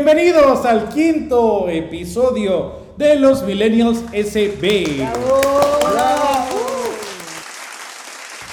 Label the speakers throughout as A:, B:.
A: Bienvenidos al quinto episodio de los Millennials SB.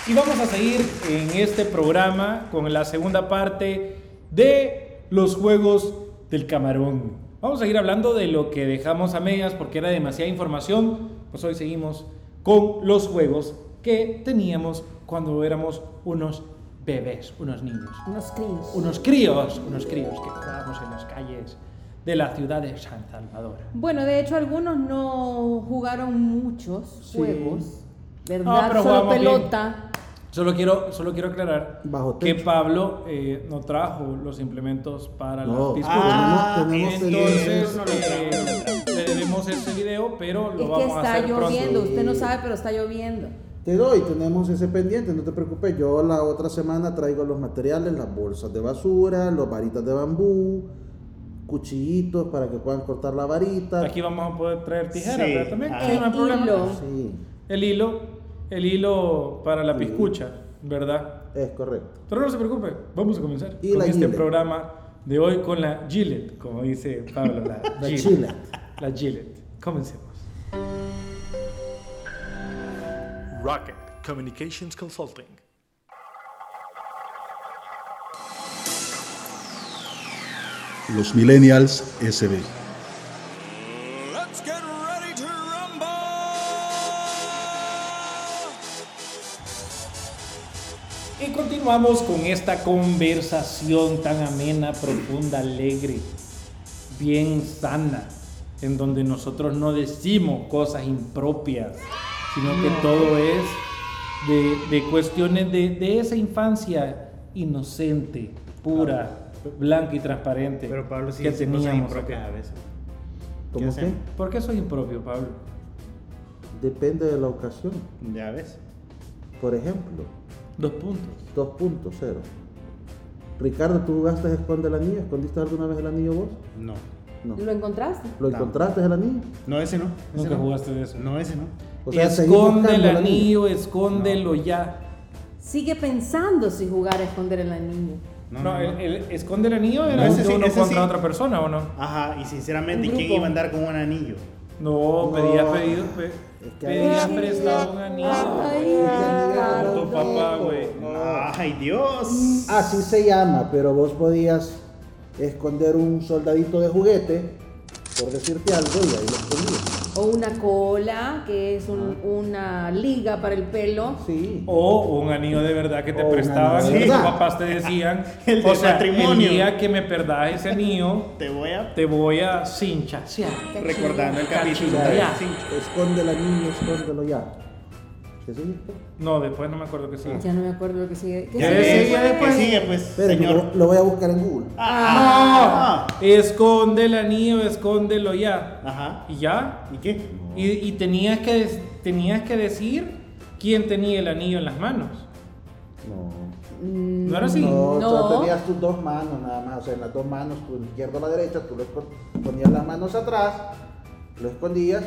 A: Y vamos a seguir en este programa con la segunda parte de los juegos del camarón. Vamos a seguir hablando de lo que dejamos a medias porque era demasiada información. Pues hoy seguimos con los juegos que teníamos cuando éramos unos bebés, unos niños.
B: Unos críos.
A: Unos críos, unos críos que jugábamos en las calles de la ciudad de San Salvador.
B: Bueno, de hecho algunos no jugaron muchos
A: Sí.
B: juegos,
A: Ah,
B: ¿verdad?
A: pero
B: Solo
A: jugamos bien.
B: pelota.
A: Solo quiero, solo quiero aclarar
C: Bajo
A: que
C: techo.
A: Pablo eh, no trajo los implementos para
C: No.
A: las
C: Ah,
A: pisculas.
C: tenemos- tenemos el-
A: Entonces, eh, le debemos ese video, pero lo
B: Es que
A: vamos a
B: está
A: hacer
B: lloviendo,
A: pronto.
B: usted no sabe, pero está lloviendo.
C: Te doy, tenemos ese pendiente, no te preocupes. Yo la otra semana traigo los materiales, las bolsas de basura, los varitas de bambú, cuchillitos para que puedan cortar la varita.
A: Aquí vamos a poder traer tijeras
D: Sí.
A: ¿verdad? también.
D: Ah.
A: sí, no hay problema.
B: Hilo.
C: Sí,
A: El hilo, el hilo para la piscucha, ¿verdad?
C: es correcto.
A: Pero no se preocupe, vamos a comenzar
C: Y
A: con
C: la
A: este
C: Gillette.
A: programa de hoy con la Gillette, como dice Pablo, la,
C: La
A: Gillette.
C: Gillette.
A: La Gillette. Comencemos.
D: Rocket Communications Consulting.
E: Los Millennials SB.
F: Let's get ready to rumble!
A: Y continuamos con esta conversación tan amena, profunda, alegre, bien sana, en donde nosotros no decimos cosas impropias, sino que todo es de, de cuestiones de, de esa infancia inocente, pura, blanca y transparente
D: Pero Pablo sí
A: que
D: dice cosas
A: teníamos.
D: impropias a veces.
C: ¿Cómo
D: Ya sé.
C: qué?
A: ¿Por qué soy impropio, Pablo?
C: Depende de la ocasión.
D: Ya ves.
C: Por ejemplo,
A: Dos puntos.
C: 2.0. Ricardo, ¿tú jugaste esconde el anillo? ¿Escondiste alguna vez el anillo vos?
D: No.
C: No.
B: ¿Lo encontraste?
C: ¿Lo encontraste el anillo?
D: No, ese no. Ese
A: Nunca
D: no.
A: jugaste de eso.
D: No, ese no.
C: O sea, seguí
A: Esconde el
C: buscando el
A: anillo,
C: anillo.
A: escóndelo ya.
B: Sigue pensando si jugar a esconder el anillo.
A: No, El, el- esconde el anillo
D: No,
A: era
D: ese sí,
A: uno
D: ese
A: contra
D: sí.
A: otra persona, ¿o no?
D: Ajá, y sinceramente,
B: Un
D: ¿quién
B: grupo.
D: iba a andar con un anillo?
A: No,
C: No.
A: pedías pedido, pe-
C: Es que
A: pedías
C: ahí-
A: prestado un anillo
B: Ay,
A: por
B: Ricardo.
A: tu papá, güey.
D: ¡Ay, Dios!
C: Así se llama, pero vos podías esconder un soldadito de juguete, por decirte algo, y ahí lo escondías.
B: O una cola, que es un-
A: Ah.
B: una liga para el pelo.
C: Sí.
A: O un anillo de verdad que te
C: O un
A: prestaban
C: anillo
A: y
C: de
A: tus
C: verdad.
A: papás te decían,
D: El de
A: o sea, el
D: matrimonio.
A: día que me perdas ese anillo,
D: Te voy a.
A: te voy a
B: Ah,
A: cinchasear.
D: Recordando el capítulo
A: Cachimba,
D: de
A: ya.
D: cinco.
C: Escóndela, niño, escóndelo ya. ¿Qué sigue?
A: No, después no me acuerdo que sí.
B: Ya no me acuerdo lo que sigue. ¿Qué
A: Ya
D: Ya
B: sigue?
A: ves,
D: ves,
A: ya
D: ¿Qué
A: después.
D: sigue, pues,
C: Esperen,
D: señor?
C: lo, lo voy a buscar en Google.
D: Ah.
A: Esconde el anillo, escóndelo ya.
D: Ajá.
A: Y ya,
D: ¿Y qué?
A: Y, y tenías, que, des- tenías que decir quién tenía el anillo en las manos.
C: No.
B: Mm,
A: ¿No era así?
C: No,
B: No.
C: solo tenías tus dos manos nada más. O sea, en las dos manos, tu izquierda o la derecha, tú lo escon- ponías las manos atrás, lo escondías.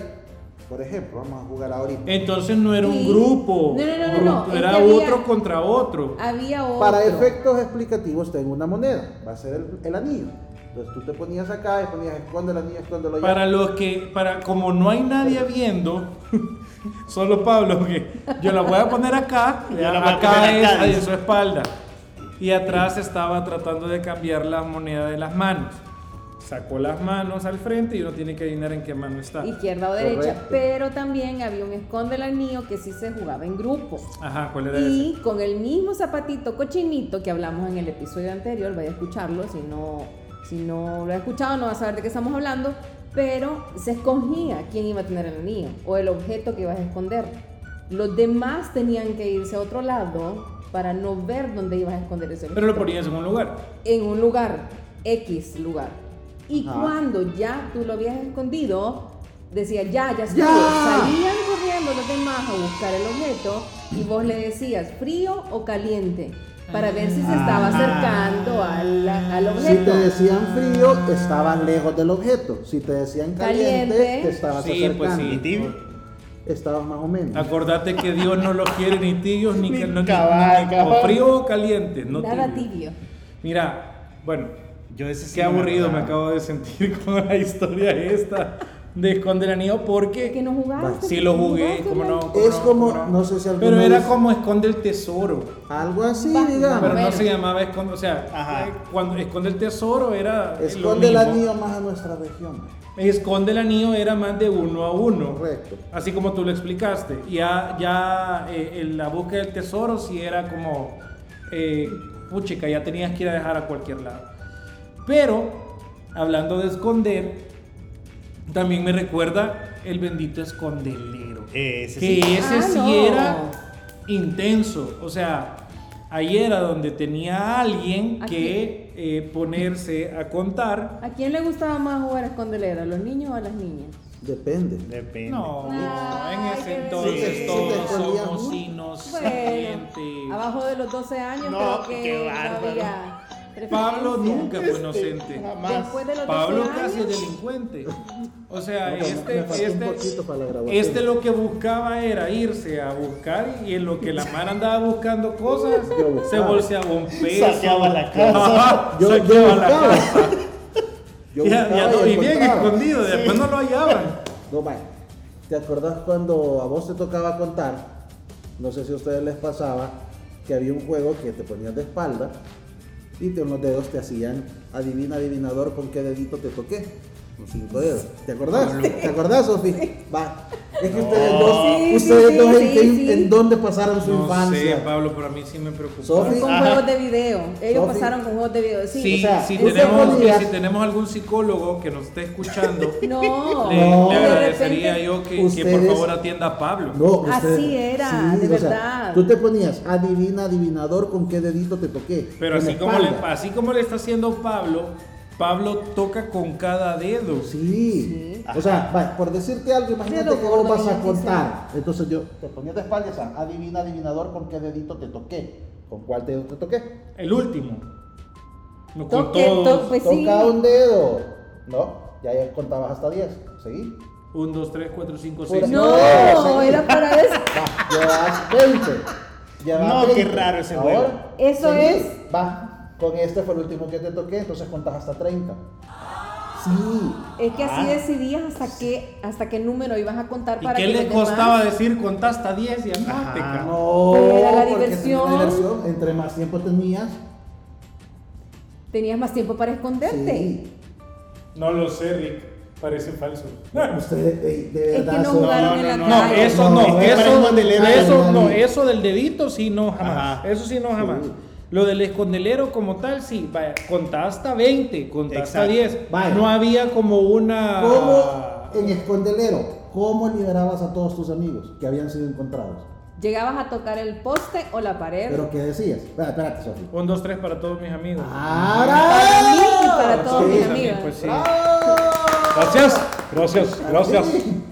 C: Por ejemplo, vamos a jugar ahorita.
A: Entonces no era un
B: Sí.
A: grupo.
B: No, no, no,
A: un
B: no,
A: grupo,
B: no, es
A: Era
B: que había-
A: otro contra otro.
B: Había otro.
C: Para efectos explicativos tengo una moneda, va a ser el, el anillo. Entonces tú te ponías acá y ponías esconde el anillo, escóndelo allá.
A: Para los que, para, como no hay nadie viendo, solo Pablo, que yo la voy a poner acá,
D: Yo
A: ya,
D: la voy a
A: acá
D: poner
A: es
D: acá,
A: ahí en
D: dice.
A: su espalda. Y atrás estaba tratando de cambiar la moneda de las manos. Sacó las manos al frente y uno tiene que adivinar en qué mano está.
B: Izquierda o derecha.
C: Correcto.
B: Pero también había un esconde el anillo que sí se jugaba en grupo.
A: Ajá, ¿cuál era ese?
B: Y con el mismo zapatito cochinito que hablamos en el episodio anterior, vaya a escucharlo, si no, si no lo ha escuchado no va a saber de qué estamos hablando, pero se escogía quién iba a tener el anillo o el objeto que ibas a esconder. Los demás tenían que irse a otro lado para no ver dónde ibas a esconder ese objeto.
A: Pero lo ponías en un lugar.
B: En un lugar, X lugar. Y
C: Ajá.
B: cuando ya tú lo habías escondido, decía ya, ya estuvo.
C: ¡Ya!
B: Salían corriendo los demás a buscar el objeto y vos le decías frío o caliente para ver si se estaba acercando al, al
C: Si te
B: objeto.
C: decían frío, estabas lejos del objeto. Si te decían caliente,
B: Caliente.
C: te estabas
A: Sí, pues
C: acercando.
A: sí.
D: ¿Y tibio?
C: Estabas más o menos.
A: Acordate que Dios no los quiere ni tibios ni,
D: Ni
A: cal- no- ni-
D: cabal,
A: ni-
D: cabal.
A: o frío o caliente, no
B: Nada
A: tibio.
B: tibio.
A: Mira, bueno,
D: Yo ese sí
A: Qué
D: no me
A: aburrido me
D: acordaba.
A: acabo de sentir con la historia esta de Esconde el Anillo porque...
B: Que no jugaste.
A: Sí lo jugué,
B: ¿Jugaste,
A: como no.
B: Blanca?
A: cómo
C: Es como-
A: cómo
C: no sé si alguno
A: Pero era
C: dice-
A: como Esconde el Tesoro.
C: Algo así,
B: Va,
A: Pero
C: digamos.
B: Ah, bueno.
A: no se llamaba Esconde, o sea,
D: Ajá.
A: eh, cuando Esconde el Tesoro era... eh, lo
C: Esconde el
A: mismo.
C: anillo más a nuestra región.
A: Esconde el anillo era más de uno a uno.
C: Correcto.
A: Así como tú lo explicaste. Ya, ya eh, en la búsqueda del tesoro sí era como, eh, puchica, ya tenías que ir a dejar a cualquier lado. Pero, hablando de esconder, también me recuerda el bendito escondelero.
D: Ese
A: que
D: sí.
A: ese
B: Ah,
A: sí
B: no.
A: era intenso. O sea, ahí era donde tenía alguien
B: ¿A
A: que eh, ponerse a contar.
B: ¿A quién le gustaba más jugar a escondelera? ¿A los niños o a las niñas?
C: Depende.
D: Depende.
A: No,
B: Ay,
A: en ese
B: qué
A: entonces
D: Sí,
C: sí,
A: todos
C: te escondías
A: somos
C: mucho.
A: inocentes.
B: abajo de los 12 años
D: No,
B: creo que
D: qué
B: no
D: bárbaro.
B: había preferencia.
A: Pablo nunca fue inocente.
B: Después de los 12
A: Pablo
B: años,
A: casi es delincuente. O sea,
C: Me faltó-
A: este,
C: me faltó un
A: este,
C: poquito para la grabación.
A: este lo que buscaba era irse a buscar y en lo que la mano andaba buscando cosas,
C: Yo buscaba.
A: se bolseaba un peso.
D: Saqueaba la casa.
A: Ajá,
C: Yo- yo
A: saqueaba la
C: buscaba.
A: casa.
C: Yo
A: Ya, ya
C: buscaba
A: lo
C: y
A: vi bien
C: encontraba.
A: escondido, después no lo hallaban.
C: No, vaya. ¿Te acordás cuando a vos te tocaba contar? No sé si a ustedes les pasaba que había un juego que te ponías de espalda y te, unos dedos te hacían adivina, adivinador con qué dedito te toqué. Con cinco dedos. ¿Te acordás? ¿Te acordás, Sofi? Va. Es que ustedes dos,
B: Sí,
C: ustedes
B: sí,
C: dos
B: sí,
C: en, qué-
B: sí.
C: en dónde pasaron su
A: No sé,
C: infancia.
A: Pablo, pero a mí sí me preocupó.
C: Sofi,
B: Con
D: Ajá.
B: juegos de video. Ellos
C: Sofi.
B: pasaron con juegos de video. Sí.
A: Sí,
C: o sea,
A: si,
C: esa
A: tenemos,
C: realidad-
A: si tenemos algún psicólogo que nos esté escuchando,
B: No.
A: le,
C: No.
A: le
B: De
A: agradecería
B: repente-
A: yo que, que por
C: ustedes-
A: favor atienda a Pablo.
C: No,
B: Así
C: ustedes-
B: era, de
C: o sea,
B: verdad.
C: tú te ponías adivina, adivinador con qué dedito te toqué.
A: Pero
C: en la
A: así como, le,
C: espalda.
A: así como le está haciendo Pablo, Pablo toca con cada dedo.
C: Sí. O sea, va, por decirte algo, imagínate
B: Pero
C: que vos
B: por
C: vas a
B: lo menos
C: contar. Entonces yo te ponía de espalda, o sea, adivina, adivinador, con qué dedito te toqué. ¿Con cuál dedo te toqué?
A: El último. No, con
B: Toque,
A: todos.
B: toque, pues sí.
C: Toca un dedo. No, ya, ya contabas hasta 10. Seguí.
A: Un, dos, tres, cuatro, cinco,
C: Por-
A: seis.
B: Pues No, era para eso.
C: Va, llevas 20. Llevas
D: No, qué raro ese
C: Ahora,
D: juego.
B: Eso
C: seguí.
B: es.
C: Va, con este fue el último que te toqué, entonces contás hasta 30. Sí.
B: Es que así
D: Ah.
B: decidías hasta qué, hasta qué número ibas a contar
A: ¿Y
B: para
A: qué
B: que
A: le
B: los demás-
A: costaba decir contá hasta 10 y andate,
D: Ajá.
A: cabrón?
C: No,
B: Pero era la
C: porque
B: diversión.
C: tenía diversión. Entre más tiempo tenías,
B: Tenías más tiempo para esconderte.
C: sí.
A: No lo sé, Rick. Parece falso.
C: Ustedes, ey, de
B: Es
C: verdad,
B: que no
C: son-
B: jugaron en la
D: no,
A: No,
D: Este
B: calle.
A: eso
C: No,
A: no,
C: es que
A: eso,
C: aprendan de leer
A: eso
C: manual.
A: no, eso del dedito sí no jamás.
D: Ajá.
A: Eso sí no jamás.
C: Sí.
A: Lo del escondelero como tal, sí, vaya, contá hasta 20, contá hasta
D: Exacto.
A: 10.
C: Vaya.
A: No había como una... Ah.
C: ¿Cómo en escondelero? ¿Cómo liberabas a todos tus amigos que habían sido encontrados?
B: Llegabas a tocar el poste o la pared.
C: ¿Pero qué decías? Espera, espérate, Sofía.
A: Un, dos, tres para todos mis amigos.
B: Para mí y
C: ¡Ahora!
B: para todos
A: Sí,
B: mis
A: también,
B: amigos.
A: pues sí.
C: ¡Bravo!
A: Gracias, gracias, gracias.
C: Sí.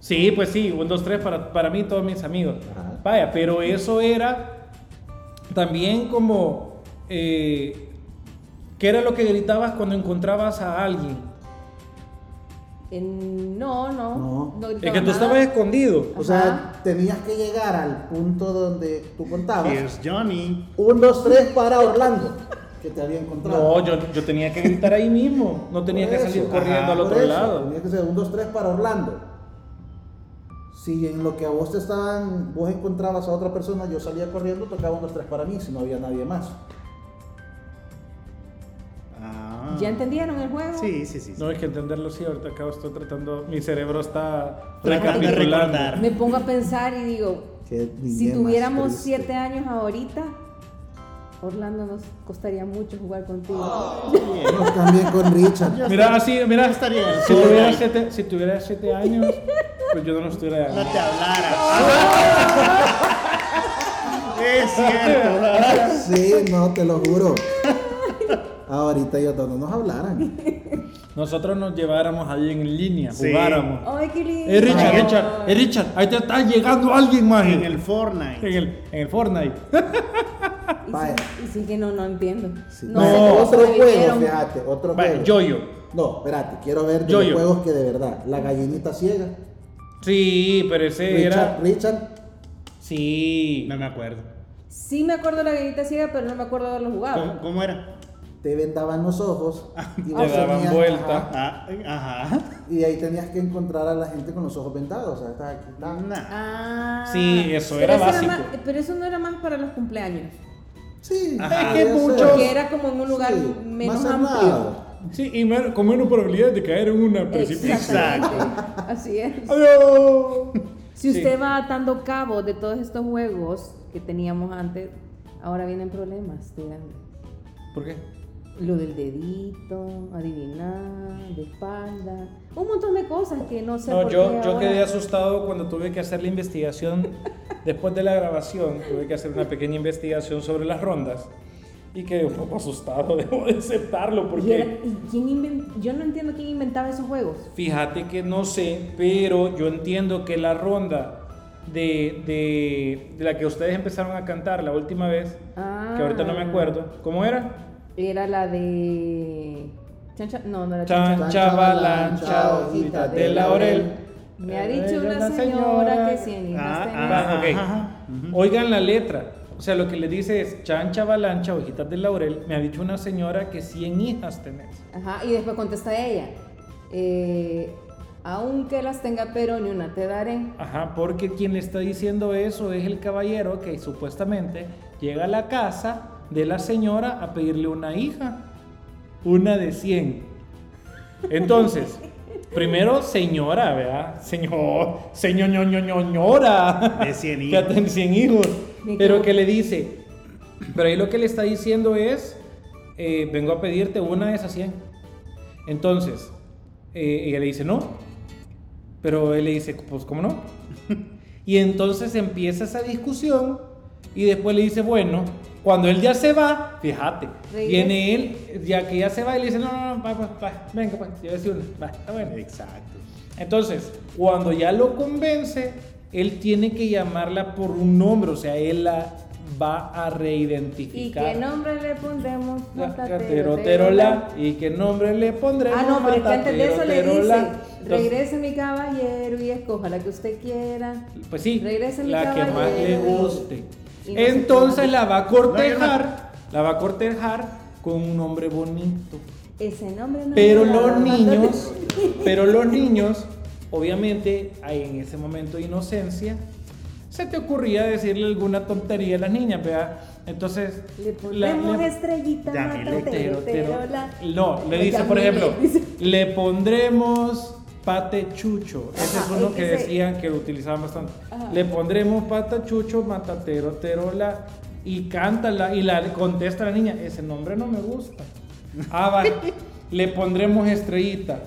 A: Sí, pues sí, un, dos, tres para, para mí y todos mis amigos.
C: Ajá.
A: Vaya, pero eso era también como... eh, ¿Qué era lo que gritabas cuando encontrabas a alguien?
B: Eh, no, no.
C: No.
B: no
A: Es que tú
B: nada.
A: estabas escondido.
C: O sea, tenías que llegar al punto donde tú contabas.
D: Here's Johnny.
C: Un, dos, tres para Orlando, que te había encontrado.
A: No, yo, yo tenía que gritar ahí mismo. No tenía
C: Por
A: que salir
C: eso,
A: corriendo
D: ajá,
A: al
C: Por
A: otro
C: eso,
A: lado.
C: Tenía que ser un, dos, tres para Orlando. Si en lo que a vos te estaban, vos encontrabas a otra persona, yo salía corriendo, tocaba un, dos, tres para mí, si no había nadie más.
D: Ah.
B: ¿Ya entendieron el juego?
D: Sí, sí, sí. sí.
A: No, hay que entenderlo, sí. Ahorita acabo, estoy tratando. Mi cerebro está
D: Tratando de
A: recapitulando.
D: recordar.
B: Me pongo a pensar y digo,
C: Qué
B: si
C: niñez más
B: tuviéramos
C: triste.
B: siete años ahorita, Orlando nos costaría mucho jugar contigo.
C: No, también con Richard.
A: Mira, así, mira.
D: estaría-
A: Si tuviera, siete, si tuviera siete años, pues yo no lo estuviera.
D: No te hablara. Es cierto.
C: Sí, no, te lo juro. Ahorita ellos dos no nos hablaran.
A: Nosotros nos lleváramos ahí en línea,
D: Sí.
A: jugáramos.
B: Ay, qué lindo.
A: Eh, Richard,
D: Ay.
A: Richard, eh, Richard, ahí te está llegando alguien más.
D: En el Fortnite.
A: en el- en el Fortnite.
B: Y sí-
C: Vaya.
B: Y sí que no, no entiendo.
C: Sí.
B: No,
A: No,
B: sé cómo
C: otro juego,
B: sobrevivieron.
C: fíjate, otro
A: Vaya,
C: juego.
A: Yo-Yo.
C: No, espérate, quiero ver de
A: Yo-yo.
C: los juegos que de verdad. La gallinita ciega.
A: Sí, pero ese
C: Richard,
A: era.
C: Richard.
A: Sí.
D: No me acuerdo.
B: Sí me acuerdo de la gallita ciega, pero no me acuerdo de haberlo jugado.
D: ¿Cómo, cómo era?
C: te vendaban los ojos y
A: Te
C: vos
A: daban
C: tenías-
A: vuelta.
C: ajá,
D: Ah, ajá.
C: y ahí tenías que encontrar a la gente con los ojos vendados. O sea, estás aquí, está.
D: Nah.
B: Ah,
A: Sí, eso
B: pero
A: era
B: más-
A: básico.
B: pero eso no era más para los cumpleaños.
C: Sí,
A: Ajá.
C: podría
A: Es que
C: ser.
A: muchos-
B: Porque era como en un lugar
C: Sí,
B: menos
C: más
B: amplio.
C: cerrado.
A: Sí, y men- con menos probabilidad de caer en una precipicio.
B: Exactamente. Así es.
A: ¡Adiós!
B: Si
A: Sí.
B: usted va atando cabo de todos estos juegos que teníamos antes, ahora vienen problemas. dirán.
A: ¿Por qué?
B: Lo del dedito, adivinar, de espalda, un montón de cosas que no sé
A: No,
B: por
A: yo,
B: qué
A: yo
B: ahora-
A: quedé asustado cuando tuve que hacer la investigación. Después de la grabación, tuve que hacer una pequeña investigación sobre las rondas. Y quedé un poco asustado, debo de aceptarlo,
B: Y era-
A: porque
B: y quién inven- Yo no entiendo quién inventaba esos juegos.
A: fíjate que no sé, pero yo entiendo que la ronda de, de- de la que ustedes empezaron a cantar la última vez, que ahorita no me
B: Ah.
A: acuerdo, ¿cómo era?
B: Era la de. Chancha... No, no era chancha.
A: Chan, chavalancha, hojita de laurel.
B: Me ha dicho una señora que si en
D: Ah,
B: ah,
A: Va, ok.
D: Ajá.
A: Oigan la letra. O sea, lo que le dice es chancha, avalancha, hojitas de laurel. Me ha dicho una señora que 100 hijas tenés.
B: Ajá, y después contesta ella. eh, aunque las tenga, pero ni una te daré.
A: Ajá, porque quien le está diciendo eso es el caballero que supuestamente llega a la casa de la señora a pedirle una hija, una de 100. Entonces, primero señora, ¿verdad? Señor, señor, ño, ño, ño, ñora.
D: De 100
A: Que
D: hijos.
A: ten 100 hijos.
B: Me
A: Pero
B: equivoqué.
A: que le dice, pero ahí lo que le está diciendo es, eh, vengo a pedirte una de esas 100. Entonces, eh, ella le dice, no, pero él le dice, pues, ¿cómo no? Y entonces empieza esa discusión y después le dice, bueno, cuando él ya se va, fíjate,
B: Regresa.
A: viene él, ya que ya se va, y le dice, no, no, no, va, va, va, venga, pues, llévese una, va, está bueno.
D: Exacto.
A: Entonces, cuando ya lo convence, él tiene que llamarla por un nombre, o sea, él la va a
B: ¿Y
A: reidentificar.
B: qué nombre le pondremos?
A: La-
B: Tatatero,
A: teroterola, y qué nombre le pondremos.
B: Ah, no, pero es que antes de eso le dice:
A: Matateroterola. Entonces,
B: Regrese mi caballero y escoja la que usted quiera.
A: Pues sí,
B: Regrese mi
A: la que más le
B: caballero.
A: guste.
B: Y no sé
A: Entonces
B: cómo.
A: la va a
D: No,
A: cortejar, la va a cortejar con un nombre bonito.
B: Ese nombre no
A: Pero
B: me lo
A: los
B: mandó.
A: niños, pero los niños, obviamente, ahí en ese momento de inocencia, se te ocurría decirle alguna tontería a las niñas, ¿verdad? Entonces,
B: Le
A: la-
B: ponemos
A: le-
B: estrellita
D: Ya,
B: mata,
D: mire,
B: tero,
A: tero, tero.
B: terola.
A: Este, No, le
B: Ya,
A: dice, por
B: mire,
A: ejemplo,
B: dice.
A: le pondremos pate chucho. Ese es
B: Ajá, e-
A: uno que
B: ese-
A: decían que lo utilizaban bastante.
B: Ajá.
A: Le pondremos pata chucho, matatero, terola. Y cántala, y la contesta la niña, ese nombre no me gusta. Ah, va, le pondremos estrellita.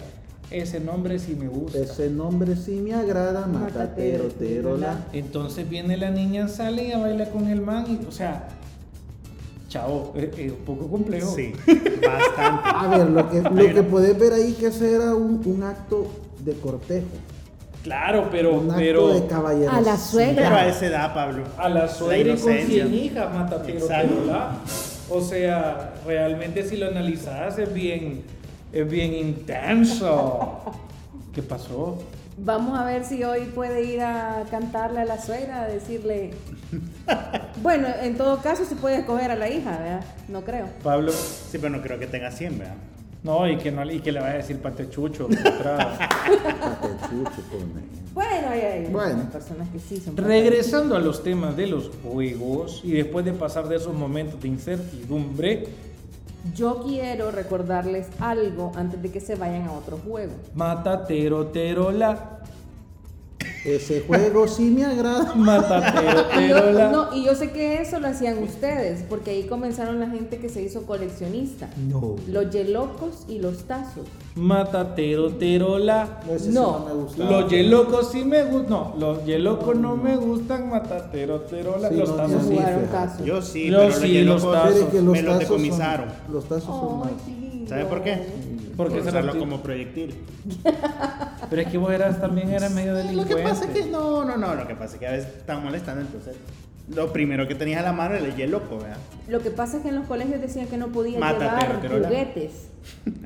A: Ese nombre sí me gusta.
C: Ese nombre sí me agrada, matatero, terola.
A: Entonces viene la niña, sale y baila con el man. Y, o sea, chao, es, es un poco complejo.
D: Sí, bastante.
C: A ver, lo que, lo que puedes ver ahí que ese era un, un acto de cortejo,
A: Claro, pero...
C: un acto
A: pero
C: de caballeros.
B: A la
D: Pero a
B: suegra.
D: esa edad, Pablo.
A: a la suegra y con
D: inocencia.
A: 100 hijas mata tiro
D: Exacto.
A: ¿verdad? O sea, realmente si lo analizas es bien, es bien intenso. ¿Qué pasó?
B: Vamos a ver si hoy puede ir a cantarle a la suegra, a decirle. Bueno, en todo caso se puede escoger a la hija, ¿verdad? No creo.
A: Pablo,
D: Sí, pero no creo que tenga 100, ¿verdad?
A: no, y que no y que le vas a decir patechucho. otra.
C: Patechucho, pone.
B: Bueno, hay, hay
C: Bueno.
B: personas que sí son.
A: Regresando a los temas de los juegos y después de pasar de esos momentos de incertidumbre,
B: Yo quiero recordarles algo antes de que se vayan a otro juego.
A: mata tero terola,
C: Ese juego sí me agrada.
A: mata tero
B: Y yo,
A: terola.
B: no, y yo sé que eso lo hacían ustedes, porque ahí comenzaron la gente que se hizo coleccionista.
C: No.
B: Los yelocos y los tazos.
A: Matatero Terola.
C: No, ese sí
B: No,
C: no me gustaba.
A: Los yelocos sí me gustan. No, los yelocos no me gustan. Matatero Terola.
C: Ah, Sí,
A: los
C: no,
A: tazos
C: no,
A: sí.
C: no.
B: Jugaron
C: fíjate.
B: tazos.
D: Yo sí,
A: Yo
D: pero
A: sí,
D: leí
A: los
D: locos,
A: tazos.
C: Mire que los
D: me los
C: tazos son-
D: decomisaron.
C: los tazos son
B: Ay,
C: más.
B: qué lindo.
D: ¿Sabe por qué?
A: Porque
D: Por
A: se
D: usarlo
A: lo-
D: como proyectil.
A: Pero es que vos eras, también eras medio
D: Lo
A: delincuente.
D: que pasa es que no, no, no, lo que pasa es que a veces están molestando, entonces lo primero que tenías a la mano era el yeloco, ¿verdad?
B: Lo que pasa es que en los colegios decían que no podían
D: Mátate,
B: llevar
D: Roterola.
B: juguetes.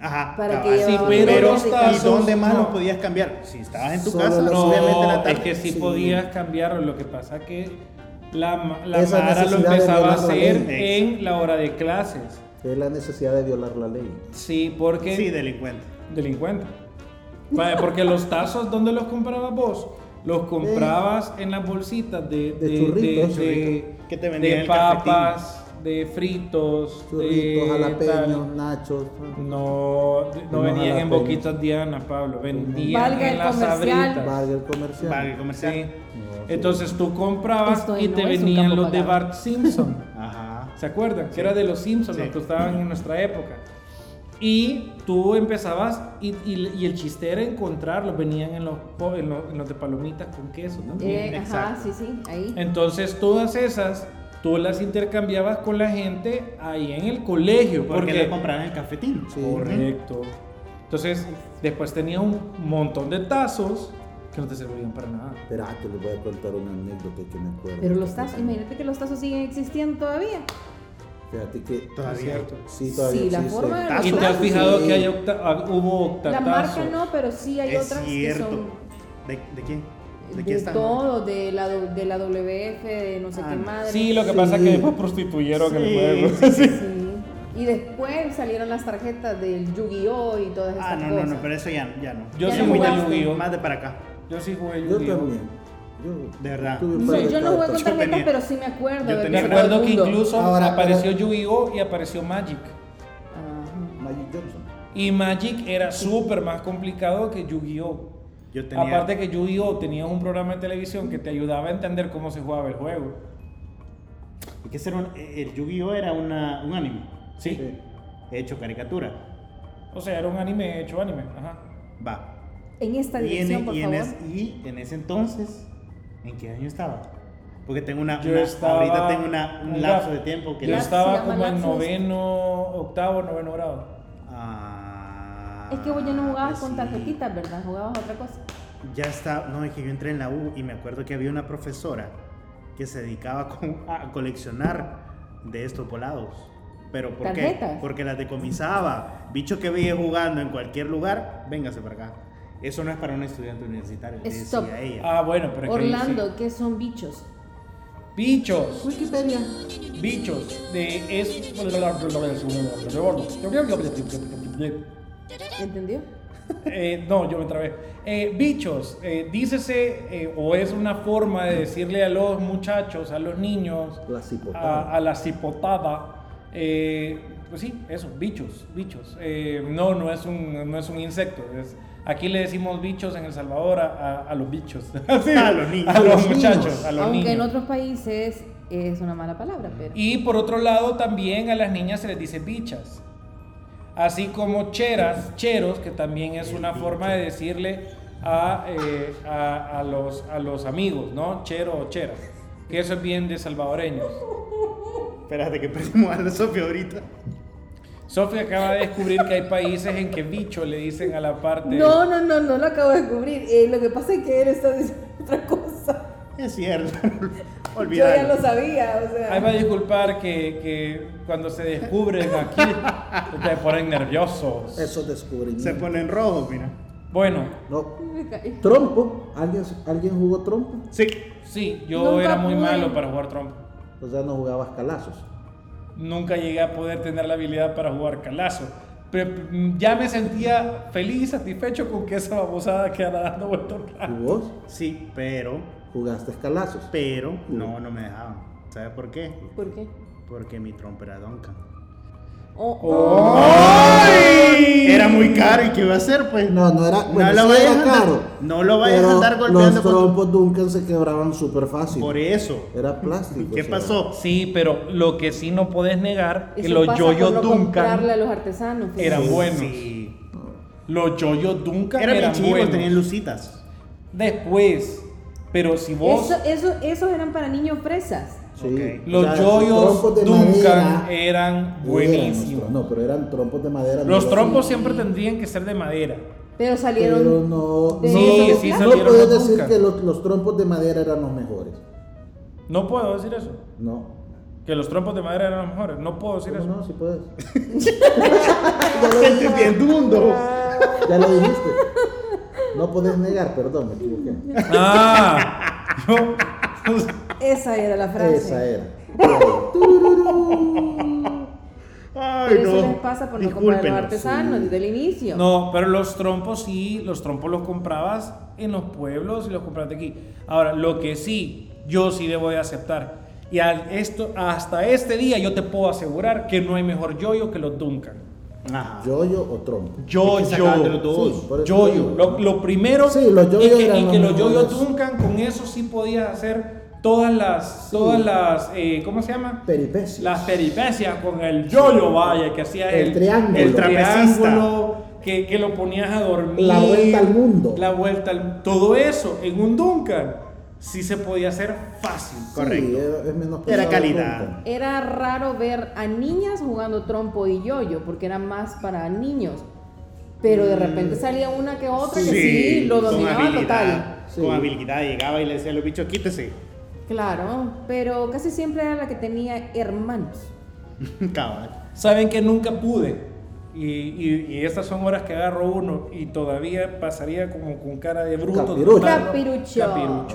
D: Ajá.
B: Para
D: cabal.
B: que
D: Sí,
B: llevaba
D: pero,
A: los
D: ¿y
A: tazos,
D: dónde más
A: no.
D: lo podías cambiar? Si estabas en tu
C: Solo
D: casa,
C: los-
A: No,
D: obviamente en la tarde.
A: es que sí,
C: Sí.
A: podías cambiarlo. Lo que pasa que la, ma- la
C: Esa
A: Mara lo
C: necesidad de
A: empezaba a
C: violar la
A: hacer
D: ley.
A: en la hora de clases.
C: Es la necesidad de violar la ley.
A: Sí, porque...
D: Sí, delincuente.
A: Delincuente. Pa- Porque los tazos, ¿dónde los comprabas vos? Los comprabas en las bolsitas de,
C: De
A: de-
C: churritos.
A: de- de-
D: Churritos. Que te
A: de
D: vendían el
A: papas, de fritos,
D: Eh,
C: Churritos,
A: de
C: jalapeños,
A: tal.
C: nachos.
A: No, no
C: Unos
A: venían en
C: jalapeños.
A: boquitas Diana, Pablo, vendían
B: Valga
A: en
B: el
A: las
B: comercial.
A: abritas.
C: Burger comercial.
D: Vale, comercial.
A: Sí. Entonces tú comprabas
B: Esto
A: y
B: no
A: te
B: es un
A: venían
B: campo
A: los de
B: pagano.
A: Bart Simpson.
D: Ajá.
A: ¿Se acuerdan? Que era de los Simpsons,
D: Sí.
A: los que estaban en nuestra época. Y tú empezabas, y, y- y el chiste era encontrarlos, venían en los, po- en los, en los de palomitas con queso también.
B: Eh, ajá,
D: Exacto.
B: sí, sí, ahí.
A: Entonces todas esas, tú las intercambiabas con la gente ahí en el colegio.
D: Porque
A: Porque,
D: le compraron el cafetín.
C: Sí.
A: Correcto. Entonces, después tenías un montón de tazos que no te servían para nada.
C: Espérate, ah, les voy a contar una anécdota que me acuerdo.
B: Pero los tazos, imagínate que los tazos siguen existiendo todavía.
C: Fíjate que.
D: Todavía.
C: Sí, todavía
B: Sí, la
C: existe.
B: forma de los
D: Tazos.
A: Y te has
B: tazos,
A: fijado
C: sí.
A: que hay octa- ah, hubo
B: La
A: octatazos.
B: marca no, pero sí hay
D: es
B: otras
D: cierto.
B: que son
D: ¿De, ¿De quién?
B: de,
D: ¿De quién están?
B: todo, de la, do- de la WF, de no sé
D: Ah,
B: qué
D: no.
B: madre.
A: Sí, lo que pasa es que
C: Sí.
A: después prostituyeron
D: Sí,
A: el juego.
D: sí, sí.
B: Sí. Y después salieron las tarjetas del Yu-Gi-Oh! y todas estas
D: Ah, no, no,
B: cosas.
D: no, pero eso ya, ya no.
A: Yo
B: Ya
A: soy
B: no
A: muy de
B: jugaste.
A: Yu-Gi-Oh.
D: Más de para acá.
A: Yo sí jugué
C: Yo
A: Yu-Gi-Oh.
C: también. Yo,
D: De verdad.
C: tuve un
B: No,
C: par de
B: yo no jugué con
C: cartas.
D: Yo tenía-
B: tarjetas, pero sí me acuerdo.
D: yo
B: de
A: Me
D: tenía-
B: que
D: Todo
A: acuerdo
B: todo
A: que
B: el mundo-
A: incluso
C: Ahora,
A: apareció Yu-Gi-Oh y apareció Magic.
B: Ajá.
C: Magic Johnson.
A: Y Magic era súper más complicado que Yu-Gi-Oh.
D: Yo tenía-
A: Aparte que Yu-Gi-Oh tenía un programa de televisión que te ayudaba a entender cómo se jugaba el juego.
D: ¿Y qué era un- el Yu-Gi-Oh! era una, un anime.
A: Sí.
D: Hecho caricatura.
A: O sea, era un anime hecho anime. Ajá.
D: Va.
B: En esta
D: Y en,
B: dirección, por
D: y en
B: favor.
D: es- y en ese entonces, ¿en qué año estaba? Porque tengo una,
A: Yo
D: una-
A: estaba-
D: ahorita tengo una, un
A: un
D: lapso
A: lapso.
D: de tiempo que
A: Yo
D: no-
B: Lapso, se
A: estaba
B: llama
A: como en
B: lapso.
A: noveno, octavo, noveno grado.
D: Ah,
B: Es que vos ya no jugabas
D: pues
B: con
D: sí.
B: tarjetitas, ¿verdad? Jugabas otra cosa.
D: Ya está, no, es que yo entré en la U y me acuerdo que había una profesora que se dedicaba con- a coleccionar de estos volados. ¿Pero por qué?
B: ¿Tarjetas?
D: Porque las decomisaba. Bicho que veía jugando en cualquier lugar, véngase para acá. Eso no es para un estudiante universitario, le
B: Stop.
D: decía ella.
A: Ah, bueno, pero es que ahí sí.
B: Orlando, ¿qué son bichos?
A: Bichos.
C: Wikipedia.
A: Bichos. De es.
B: ¿Entendió?
A: Eh, no, yo me trabé. Eh, bichos, eh, dícese, eh, o es una forma de decirle a los muchachos, a los niños,
C: La cipotada.
A: a, a la cipotada, eh, pues sí, eso, bichos, bichos. Eh, no, no es un, no es un insecto. es- aquí le decimos bichos en El Salvador a, a- a los bichos. Sí,
D: A los niños.
A: A
D: A
A: los
D: los
A: muchachos,
D: niños.
A: a los
B: Aunque en
A: niños.
B: otros países es una mala palabra, pero.
A: Y por otro lado, también a las niñas se les dice bichas. Así como cheras, cheros, que también es una forma de decirle a, eh, a, a los, a los amigos, ¿no? Chero o chera. Que eso es bien de salvadoreños.
D: Espérate que perdimos a la Sofía ahorita.
A: Sofía acaba de descubrir que hay países en que bicho le dicen a la parte.
B: No, no, no, no lo acabo de descubrir. Eh, lo que pasa es que él está diciendo otra cosa.
D: Es cierto.
B: Yo ya
D: Olvídalo.
B: lo sabía, o sea.
A: Ahí va a disculpar que, que cuando se descubren aquí te ponen nerviosos.
C: Eso descubrimiento.
D: Se ponen rojos, mira.
A: Bueno,
C: No.
B: Me caí.
C: Trompo. ¿Alguien, ¿Alguien jugó trompo?
D: Sí.
A: sí, yo
B: Nunca
A: era muy
B: pude.
A: malo para jugar trompo.
C: O sea, no jugabas calazos.
A: Nunca llegué a poder tener la habilidad para jugar calazo. Pero mm, ya me sentía feliz y satisfecho con que esa babosada quedara dando vueltas.
C: ¿Y vos?
D: Sí, pero,
C: Jugaste calazos.
D: pero, no, no me dejaban. ¿Sabes por qué?
B: ¿Por qué?
D: Porque mi trompa era Duncan.
B: Oh,
D: Era muy caro, ¿y qué iba a hacer, pues?
C: No, no era. bueno,
D: lo
C: sí
D: vayas
C: era
D: a andar-
C: caro,
D: no lo vayas a
C: pero
D: andar golpeando
C: Los
D: con-
C: trompos Duncan se quebraban súper fácil.
D: Por eso.
C: Era plástico.
D: ¿Qué
C: o sea,
D: pasó?
A: Sí, pero lo que sí no puedes negar que
B: eso
A: los
B: pasa
A: yoyos
B: por no comprarle a
A: Duncan,
B: los artesanos. fíjate.
A: Eran buenos.
D: Sí.
A: los yoyos Duncan
D: Eran bien
A: eran
D: chivos,
A: buenos.
D: tenían lucitas.
A: Después, pero si vos
B: Eso, eso, esos eran para niños fresas.
C: Sí.
D: Ok.
A: los
C: O sea,
A: yoyos
C: trompos de
A: Duncan eh,
C: madera
A: eran
C: eran
A: buenísimos.
C: los- no, pero eran trompos de madera.
A: los
C: no
A: trompos siempre tendrían que ser de madera.
B: Pero
C: Pero
B: salieron.
C: no.
B: de-
C: no,
A: Sí, sí
C: no
A: salieron
C: puedes
A: los
C: decir
A: Duncan.
C: que los, los trompos de madera eran los mejores.
A: No puedo decir eso.
C: No.
A: Que los trompos de madera eran los mejores. No puedo decir
C: No,
A: eso.
C: no, si puedes. ya, lo dijiste,
D: Bien dundo.
C: ya lo dijiste. No podés negar, perdón, me equivoqué.
A: Ah, yo-
B: Esa era la frase.
C: Esa era.
D: Ay,
B: Pero eso
D: no.
B: les pasa por no comprar los
D: Discúlpenos.
B: artesanos desde el inicio.
A: No, pero los trompos sí, los trompos los comprabas en los pueblos y los compraste aquí. Ahora, lo que sí, yo sí debo de aceptar. Y al- esto, hasta este día yo te puedo asegurar que no hay mejor yoyo que los Duncan.
D: Ajá.
C: Yoyo o trompo.
A: Yo,
D: Es que sacaban de los dos.
C: Sí, por eso te
A: Yoyo,
C: digo.
A: lo, lo primero
C: Sí, los
A: y
C: yoyo
A: que,
C: eran
A: y
C: los
A: que los yoyo
C: mejores.
A: Duncan con eso sí podías hacer todas las,
C: Sí.
A: todas las, eh, ¿cómo se llama?
C: Peripecias.
A: Las peripecias con el yoyo, vaya, que hacía
C: El
A: el,
C: triángulo.
A: el
D: Trapecista.
A: triángulo, que, que lo ponías a dormir,
C: La vuelta al mundo.
A: la vuelta, al- todo eso en un Duncan sí se podía hacer fácil.
D: Correcto.
C: Sí, eh. era- es menos
D: Era
C: pesado
D: calidad.
C: el trompo.
B: Era raro ver a niñas jugando trompo y yoyo, porque era más para niños. Pero de repente salía una que otra que sí lo dominaba total.
C: Sí.
D: Con habilidad llegaba y le decía a los bichos, quítese.
B: Claro, pero casi siempre era la que tenía hermanos.
D: Cabal.
A: Saben que nunca pude. Y, y- y estas son horas que agarro uno y todavía pasaría como con cara de bruto.
C: Capirucho.
A: total.
B: Capirucho.
C: Ah.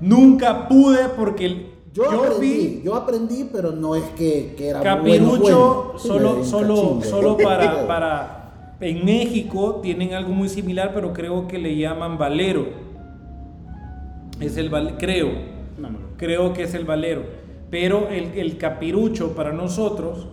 A: Nunca pude porque el-
C: Yo,
A: yo,
C: aprendí,
A: vi
C: yo aprendí, pero no es que, que era bueno,
A: capirucho
C: bueno. Sí, me
A: solo,
C: ven
A: solo,
C: cachingo.
A: solo para, para... En México tienen algo muy similar, pero creo que le llaman valero. Es el val- creo.
D: No, me lo-
A: creo que es el valero. Pero el, el capirucho para nosotros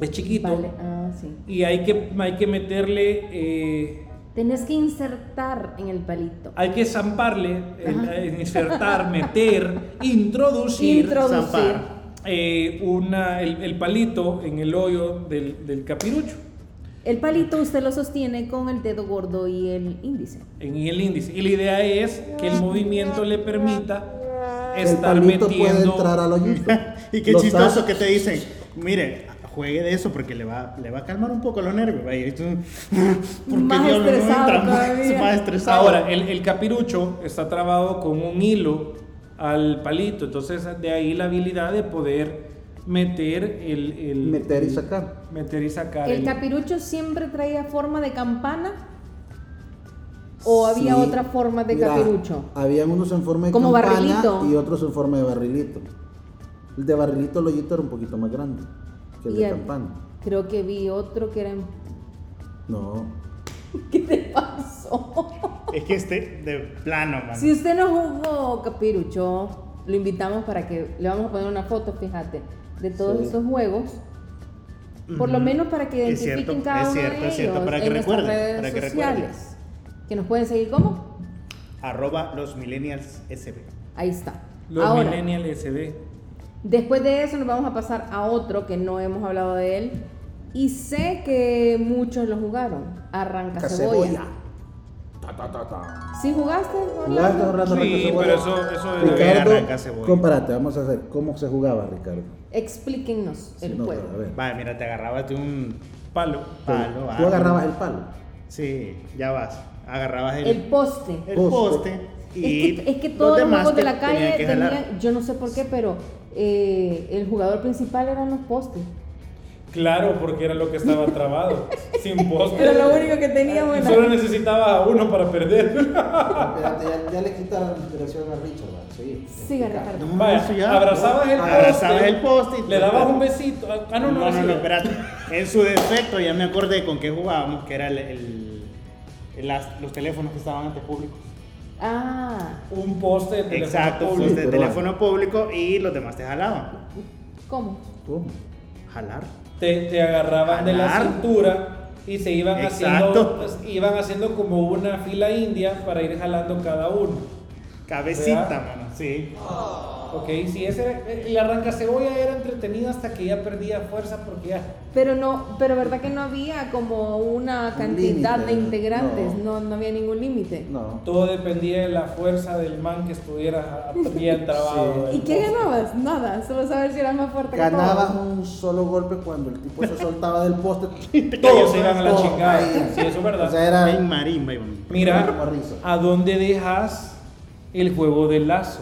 A: es chiquito
B: Vale, ah, sí.
A: y hay que, hay que meterle, eh,
B: Tenés que insertar en el palito.
A: hay que zamparle, eh, insertar, meter, introducir
B: Introducir.
D: zampar.
A: eh, una, el, el palito en el hoyo del, del capirucho,
B: El palito usted lo sostiene con el dedo gordo y el índice.
A: en el índice. Y la idea es que el movimiento le permita
C: El
A: estar
C: palito puede
A: metiendo...
C: entrar al hoyito.
D: Y qué
C: Los
D: chistoso
C: as-
D: que te dicen, mire, juegue de eso porque le va, le va a calmar un poco los nervios. vaya". Y tú, "¿Por qué
B: Más
D: diablos no
B: estresado
D: entra más-
B: todavía.
D: más estresado.
A: Ahora, el, el capirucho está trabado con un hilo al palito, entonces de ahí la habilidad de poder meter el... el-
C: Meter y sacar.
A: Meter y sacar.
B: ¿El
A: el-
B: capirucho siempre traía forma de campana? ¿O había
C: Sí,
B: otra forma de
C: mira,
B: capirucho?
C: Habían unos en forma de
B: Como
C: campana
B: barrilito.
C: y otros en forma de barrilito. El de barrilito, el hoyito era un poquito más grande que el
B: Y
C: de
B: el-
C: campana.
B: Creo que vi otro que era... en-
C: No.
B: ¿Qué te pasó?
D: Es que este, de plano, man.
B: si usted no jugó capirucho, lo invitamos para que... Le vamos a poner una foto, fíjate, de todos
C: Sí.
B: estos juegos. Por lo
D: Ujú.
B: menos para que
D: Es
B: identifiquen
D: cierto,
B: cada
D: es
B: uno
D: cierto,
B: de
D: es cierto,
B: ellos
D: para que
B: en nuestras
D: recuerden,
B: redes
D: para que recuerden.
B: sociales. que nos pueden seguir como...
D: Arroba los millennials SB.
B: Ahí está.
A: Los
B: Ahora,
A: Millennial SD.
B: Después de eso nos vamos a pasar a otro que no hemos hablado de él. Y sé que muchos lo jugaron. Arranca cebolla.
C: Cacebolla. Ta, ta, ta, ta.
B: ¿Sí jugaste?
C: ¿Jugaste,
B: Orlando?
C: Orlando,
A: Sí,
C: arranca cebolla?
A: pero eso- eso de la
D: guerra
C: Ricardo,
D: arranca cebolla.
C: compárate, vamos a hacer cómo se jugaba, Ricardo.
B: Explíquenos
C: Sí,
B: el
C: no, a
B: juego.
C: ver.
D: Vaya, mira, te agarrabas de un
A: Palo.
D: palo.
C: Tú
D: árbol.
C: agarrabas el palo.
D: Sí, ya vas. Agarrabas el,
B: El poste.
D: el
C: poste.
D: poste.
B: Es
D: y
B: que, es que todos los
D: demás
B: juegos de
D: te
B: la calle
D: tenían que jalar.
B: tenían, yo no sé por qué, pero eh, el jugador principal eran los postes.
A: Claro, porque era lo que estaba trabado. sin poste.
B: Era lo único que teníamos.
A: Y
B: en
A: Solo
B: la-
A: necesitaba a uno para perder.
C: Espérate, ya, ya le quitaron la inspiración a Richard. ¿va? Sí,
B: Siga, Ricardo.
D: No,
A: Vaya,
D: eso ya.
A: abrazabas el poste.
D: Abrazabas el poste y-
A: Le dabas un besito. Ah, no, no,
D: no, no,
A: sí.
D: no, espérate. En su defecto, ya me acordé con qué jugábamos, que era el, el- el- las- los teléfonos que estaban ante públicos.
B: Ah,
A: Un poste de teléfono
D: Exacto,
A: público.
D: los de
C: Pero-
D: teléfono público y los demás te jalaban.
B: ¿cómo?
C: ¿Cómo?
D: Jalar.
A: te, te agarraban de la
D: Jalar.
A: cintura y se iban haciendo
D: Exacto.
A: pues, iban haciendo como una fila india para ir jalando cada uno
D: Cabecita,
A: ¿Verdad?
D: mano, sí.
A: ok si ese el arranca cebolla era entretenido hasta que ya perdía fuerza porque ya
B: Pero no, pero verdad que no había como una
C: Un
B: cantidad
C: límite,
B: de integrantes,
C: no.
B: no, no había ningún límite.
C: No.
A: todo dependía de la fuerza del man que estuviera bien trabado
B: ¿Y qué ganabas? Nada, solo saber si eras más fuerte
C: Ganabas
B: que todos.
C: un solo golpe cuando el tipo se soltaba del poste.
A: todos se iban a la
C: Todo.
A: chingada
C: Ahí.
A: sí eso es
C: O sea,
A: verdad
C: era
D: En marimba, Iván.
A: mira
C: Como risa.
A: a dónde dejas el juego del lazo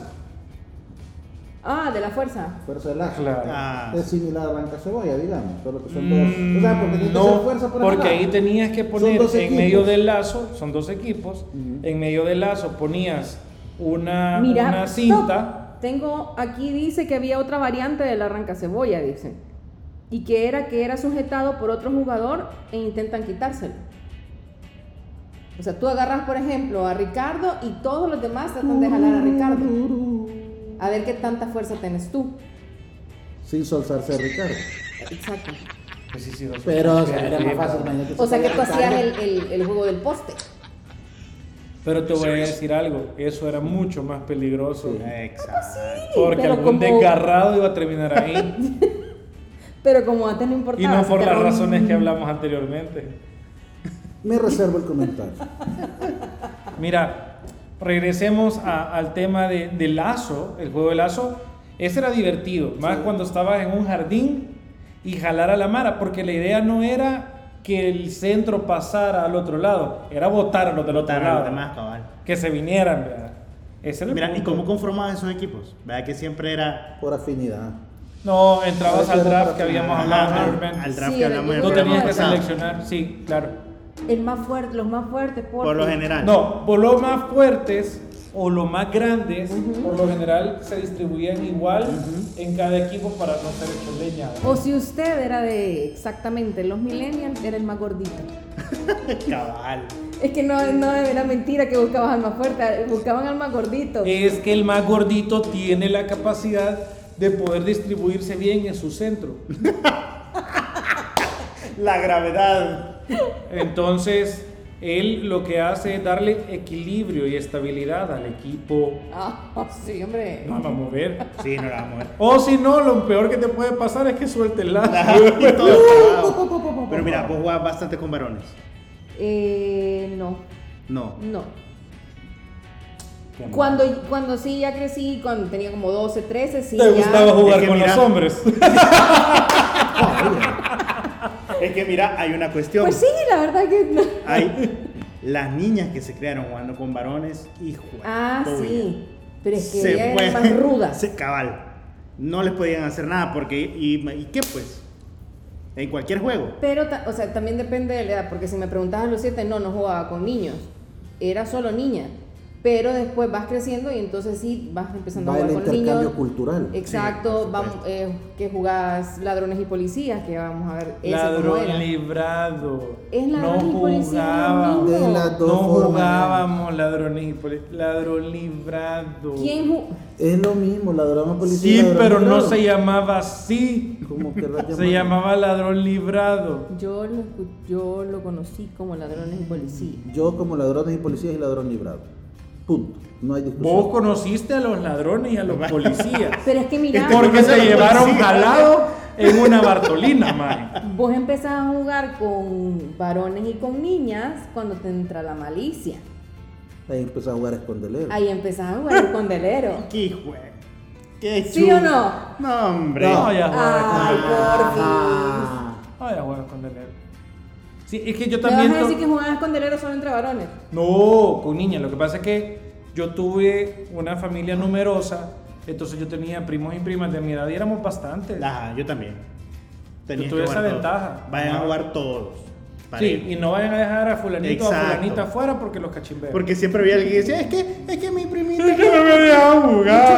B: Ah, de la fuerza.
C: fuerza de lazo.
A: Claro.
D: Ah,
C: Es similar a Blanca Cebolla, digamos. Solo que son
A: Mm,
C: dos. O sea, porque tiene que
A: no,
C: ser fuerza para
A: porque
C: jalar.
A: ahí tenías que
C: Son
A: poner
C: dos
A: en
C: equipos.
A: medio del lazo, son dos equipos,
C: Ujú.
A: en medio del lazo ponías una,
B: Mira,
A: una
B: stop.
A: cinta,
B: Tengo, aquí dice que había otra variante del arranca cebolla, dice. y que era que era sujetado por otro jugador e intentan quitárselo. O sea, tú agarras, por ejemplo, a Ricardo y todos los demás tratan de jalar a Ricardo. A ver qué tanta fuerza tienes tú.
C: Sin soltarse Ricardo.
B: Exacto.
A: Pues sí, sí, dos-
C: Pero o sea,
A: Pero-
C: era más fácil. imagínate,
B: O sea que tú
C: soltar a
B: hacías
C: Ricardo.
B: el, el- el juego del poste.
A: Pero te voy a decir algo, eso era mucho más peligroso.
D: Exacto.
A: Porque
B: pero
A: algún
B: como-
A: desgarrado iba a terminar ahí.
B: Pero como antes no importaba. mm,
A: y no
B: si
A: por
B: te
A: las
B: rom-
A: razones que hablamos anteriormente.
C: Me reservo el comentario.
A: Mira, regresemos a- al tema de, de lazo, el juego de lazo. Ese era divertido, más cuando estabas en un jardín y jalar a la mara, porque la idea no era que el centro pasara al otro lado, era votar a los del otro
D: Votar a
A: lado,
D: los demás, cabal.
A: que se vinieran. ¿verdad? Ese era el
D: Mira, ¿y
A: punto.
D: cómo conformaban esos equipos? ¿Verdad que siempre era
C: Por afinidad.
A: No, entrabas
C: Eso
A: al
C: era
A: draft
C: para
A: que habíamos
D: Ajá,
A: hablado
D: al-
A: anteriormente.
D: Al draft
B: Sí,
D: que
B: era-
D: hablamos en el
A: No
B: Pero
A: tenías
D: programa
A: que
D: pasado.
A: seleccionar, sí, claro.
B: El más fuerte, los más fuertes. Por,
D: Por lo general.
A: No, por los más fuertes o los más grandes, por lo general se distribuían igual en cada equipo para no ser hecho leña.
B: O si usted era de exactamente los millennials, era el más gordito.
D: Cabal.
B: Es que no, no era mentira que buscabas al más fuerte, buscaban al más gordito.
A: Es que el más gordito tiene la capacidad de poder distribuirse bien en su centro.
D: La gravedad.
A: Entonces, él lo que hace es darle equilibrio y estabilidad al equipo.
B: Ah, sí, hombre.
A: No va a mover.
D: Sí, no la vamos a ver.
A: O si no, lo peor que te puede pasar es que suelte el lazo.
D: Ajá, y todo parado. Pero mira, vos jugabas bastante con varones.
B: Eh, no,
D: No.
B: no. Mm. Cuando, cuando sí ya crecí, cuando tenía como 12, 13, sí.
A: Te
B: ya-
A: gustaba
D: Es
A: jugar
D: que
A: con
D: mira.
A: los hombres.
D: Es que mira, hay una cuestión.
B: Pues sí, la verdad que no.
D: Hay las niñas que se crearon jugando con varones y jugando.
B: Ah, sí. Pero es que
D: Se
B: ella
D: fue-
B: era más ruda.
D: Se cabal. No les podían hacer nada porque. ¿Y, y qué pues? En cualquier juego.
B: Pero, ta- o sea, también depende de la edad, porque si me preguntabas a los 7, no, no jugaba con niños. Era solo niña. Pero después vas creciendo y entonces sí vas empezando
C: Va
B: a
C: el
B: jugar con niños.
C: intercambio cultural.
B: Exacto,
D: Sí, por
B: vamos, eh, que jugás ladrones y policías, que vamos a ver ese cómo era.
A: Ladrón librado.
B: Es
A: no
B: ladrón y policía,
A: jugábamos.
C: De las dos
A: No
C: formas.
A: jugábamos ladrones y policía. Ladrón librado.
B: ¿Quién ju-
C: Es lo mismo, la drama policía.
A: Sí,
C: ladrón
A: pero no
C: librado.
A: se llamaba así.
C: ¿Cómo que la
A: Se llamaba ladrón librado.
B: yo lo, escu- yo lo conocí como ladrones y policías.
C: Yo como ladrones y policías y ladrón librado. Punto. No hay discusión.
A: Vos conociste a los ladrones y a los policías.
B: Pero es que mira,
A: Porque se llevaron
D: policías.
A: jalado en una Bartolina, man.
B: vos empezás a jugar con varones y con niñas cuando te entra la malicia.
C: Ahí empezó a jugar a escondelero.
B: Ahí empezás a jugar con delero.
D: ¿Qué jue- ¿Qué
B: ¿Sí
D: chulo.
B: o no?
D: No, hombre.
A: No, ya jugaba
B: Ay,
A: con
B: por
C: Ah,
A: Ah, ya jugaba con Delero. Sí, es que yo
B: Me vas
A: también.
B: a decir
A: to-
B: que jugabas con delero solo entre varones.
A: No, con niña. Lo que pasa es que yo tuve una familia numerosa, entonces yo tenía primos y primas de mi edad y éramos bastantes.
D: Ajá, yo también. Tenías
A: tuve
D: que jugar
A: esa
D: todos.
A: ventaja.
D: Vayan a
A: Ajá.
D: jugar todos.
A: sí,
D: parejo.
A: y no vayan a dejar a fulanito o a
D: Exacto.
A: fulanita afuera porque los cachimbean.
D: Porque siempre había alguien que decía, es que, es que mi primita
A: Es que no me dejan jugar.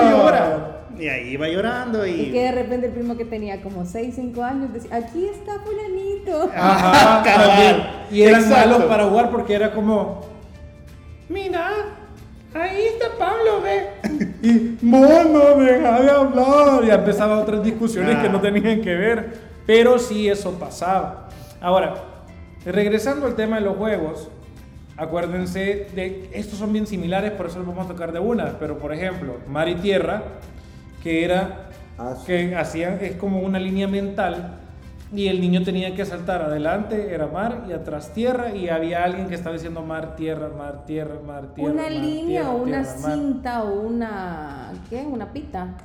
D: Mucho llora. Y ahí iba llorando y...
B: Y que de repente el primo que tenía como 6, 5 años decía, aquí está fulanito.
A: Ah, Ajá,
D: Cabal.
A: también. Y eran
D: Exacto.
A: malos para jugar porque era como. Mira, ahí está Pablo, ve. Y mono, deja de hablar. Y empezaban otras discusiones
D: Ah.
A: que no tenían que ver. Pero sí, eso pasaba. Ahora, regresando al tema de los juegos, acuérdense de. Estos son bien similares, por eso los vamos a tocar de una. Pero por ejemplo, Mar y Tierra, que era
C: Ah, sí.
A: que hacían es como una línea mental y el niño tenía que saltar adelante era mar y atrás tierra y había alguien que estaba diciendo mar tierra mar tierra mar tierra
B: una
A: mar,
B: línea
A: tierra,
B: o una
A: tierra, mar.
B: cinta o una ¿qué? una pita.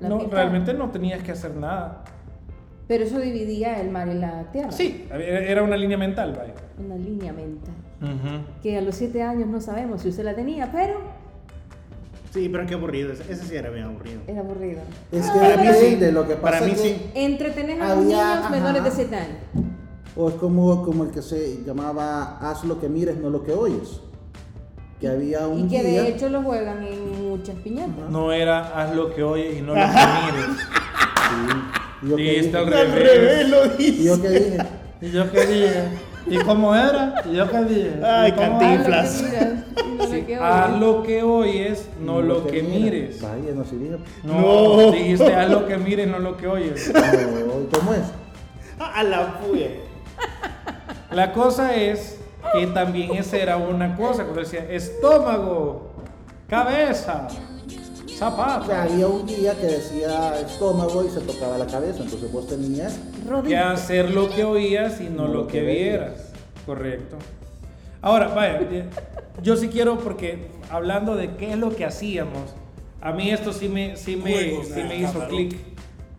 B: La
A: no
B: pita.
A: realmente no tenías que hacer nada
B: Pero eso dividía el mar y la tierra.
A: sí era era una línea mental vaya
B: Una línea mental. Que a los siete años no sabemos si usted la tenía, pero
D: Sí, pero qué aburrido. Ese ese sí era bien aburrido.
B: era aburrido.
C: Es
B: No,
C: que
B: pero-
C: depende, lo que pasa
D: Para mí
C: es que-
D: sí.
B: Entretener a los
C: Había,
B: niños
C: ajá.
B: menores de siete años.
C: O es como, como el que se llamaba Haz lo que mires, no lo que oyes. Que había un
B: Y que
C: día-
B: de hecho lo juegan en muchas piñatas.
A: no era haz lo que oyes y no lo que mires
C: Y yo
A: Sí,
C: que
A: está al
C: dije,
A: revés.
D: lo
C: y yo que dije,
A: ¿Y yo qué dije? ¿Y cómo era? ¿Y yo qué dije? ¿Y
D: Ay,
A: cómo era?
B: Ah, lo que
D: Cantinflas.
B: miras, no lo que
A: Haz
B: oyes.
A: lo que oyes, no lo que
C: mira".
A: mires.
C: Vaya, no sirvió.
A: No,
D: No.
A: dijiste haz lo que mires, no lo que oyes.
C: No, ¿Cómo es?
D: A la puya.
A: La cosa es que también esa era una cosa, cuando decía estómago, cabeza,
C: O sea,
A: zapato.
C: había un guía que decía estómago y se tocaba la cabeza, entonces vos tenías
A: Que
B: Rodilla.
A: hacer lo que oías y no lo que vieras. Correcto. Ahora, vaya, eh, yo sí quiero porque hablando de qué es lo que hacíamos, a mí esto sí me, sí me,
D: Juegos
A: sí
D: de
A: me hizo
D: camarón.
A: clic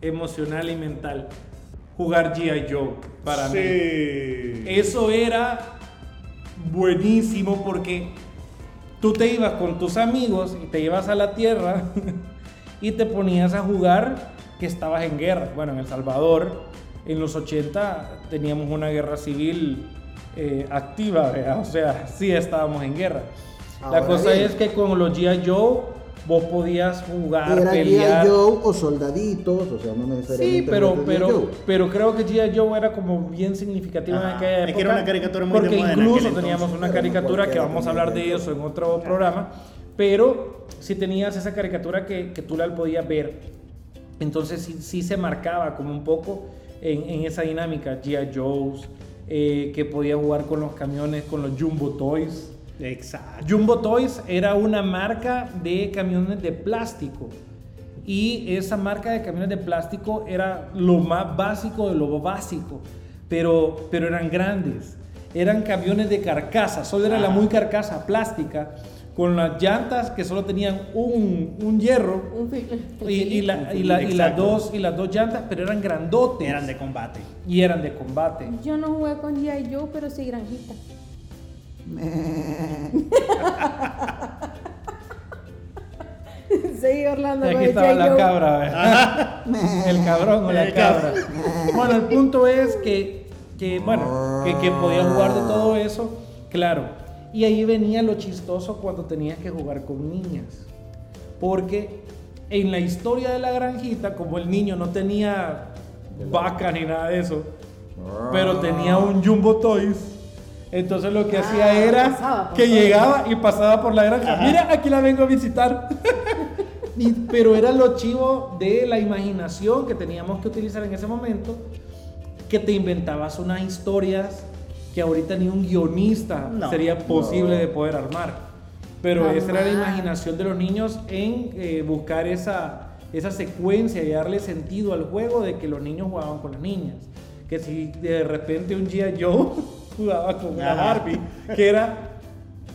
A: emocional y mental. Jugar G.I. Joe para mí.
D: Sí.
A: Eso era buenísimo porque tú te ibas con tus amigos y te ibas a la tierra y te ponías a jugar que estabas en guerra. Bueno, en El Salvador, en los 80 teníamos una guerra civil eh, activa, ¿verdad? o sea, sí estábamos en guerra.
C: Ahora
A: la cosa
C: bien.
A: es que con los G.I. Joe vos podías jugar, Ah,
C: era guía
A: pelear.
C: Joe o soldaditos, o sea, no necesariamente.
A: Sí, pero,
C: era G.I.
A: pero,
C: Joe.
A: pero creo que G.I. Joe era como bien significativa en
D: Ajá.
A: aquella época.
D: Es que era una caricatura muy de
A: Porque
D: moda en
A: incluso
D: aquel
A: teníamos
D: entonces.
A: una
C: Pero no
A: caricatura que
C: cualquiera
A: vamos a
C: tenía
A: hablar de
C: G.I.
A: eso en otro programa. Pero si tenías esa caricatura que, que tú la podías ver, entonces sí, sí se marcaba como un poco en, en esa dinámica. G.I. Joe's, eh, que podía jugar con los camiones, con los Jumbo Toys.
D: Exacto.
A: Jumbo Toys era una marca de camiones de plástico. Y esa marca de camiones de plástico era lo más básico de lo básico. Pero, pero eran grandes. Eran camiones de carcasa. Solo era la
D: Ah.
A: muy carcasa plástica. Con las llantas que solo tenían un, un hierro.
B: Un fil-
A: Y, y la- y la- y las
D: Exacto.
A: dos, y las dos llantas, pero eran grandotes.
D: Eran de combate.
A: Y eran de combate.
B: Yo no jugué con G.I. Joe, pero sí granjita. Seguí Orlando
A: Aquí
B: con el
A: estaba
B: G.I.
A: la
B: Joe.
A: cabra, ¿verdad? El cabrón o la
D: El
A: cabra.
D: cabra.
A: Bueno, el punto es que, que, bueno, que, que podía jugar de todo eso, claro. Y ahí venía lo chistoso cuando tenías que jugar con niñas. Porque en la historia de la granjita, como el niño no tenía vaca ni nada de eso, pero tenía un Jumbo Toys, entonces lo que
B: Ah,
A: hacía era
B: pasaba por
A: que
B: todo.
A: llegaba y pasaba por la granja. Mira, aquí la vengo a visitar. Ni- Pero era lo chivo de la imaginación que teníamos que utilizar en ese momento, que te inventabas unas historias que ahorita ni un guionista
D: No.
A: sería posible de poder armar. Pero esa era la
B: Mamá.
A: imaginación de los niños en eh, buscar esa, esa secuencia y darle sentido al juego de que los niños jugaban con las niñas. Que si de repente un día yo jugaba con una
D: Ajá.
A: Barbie, que era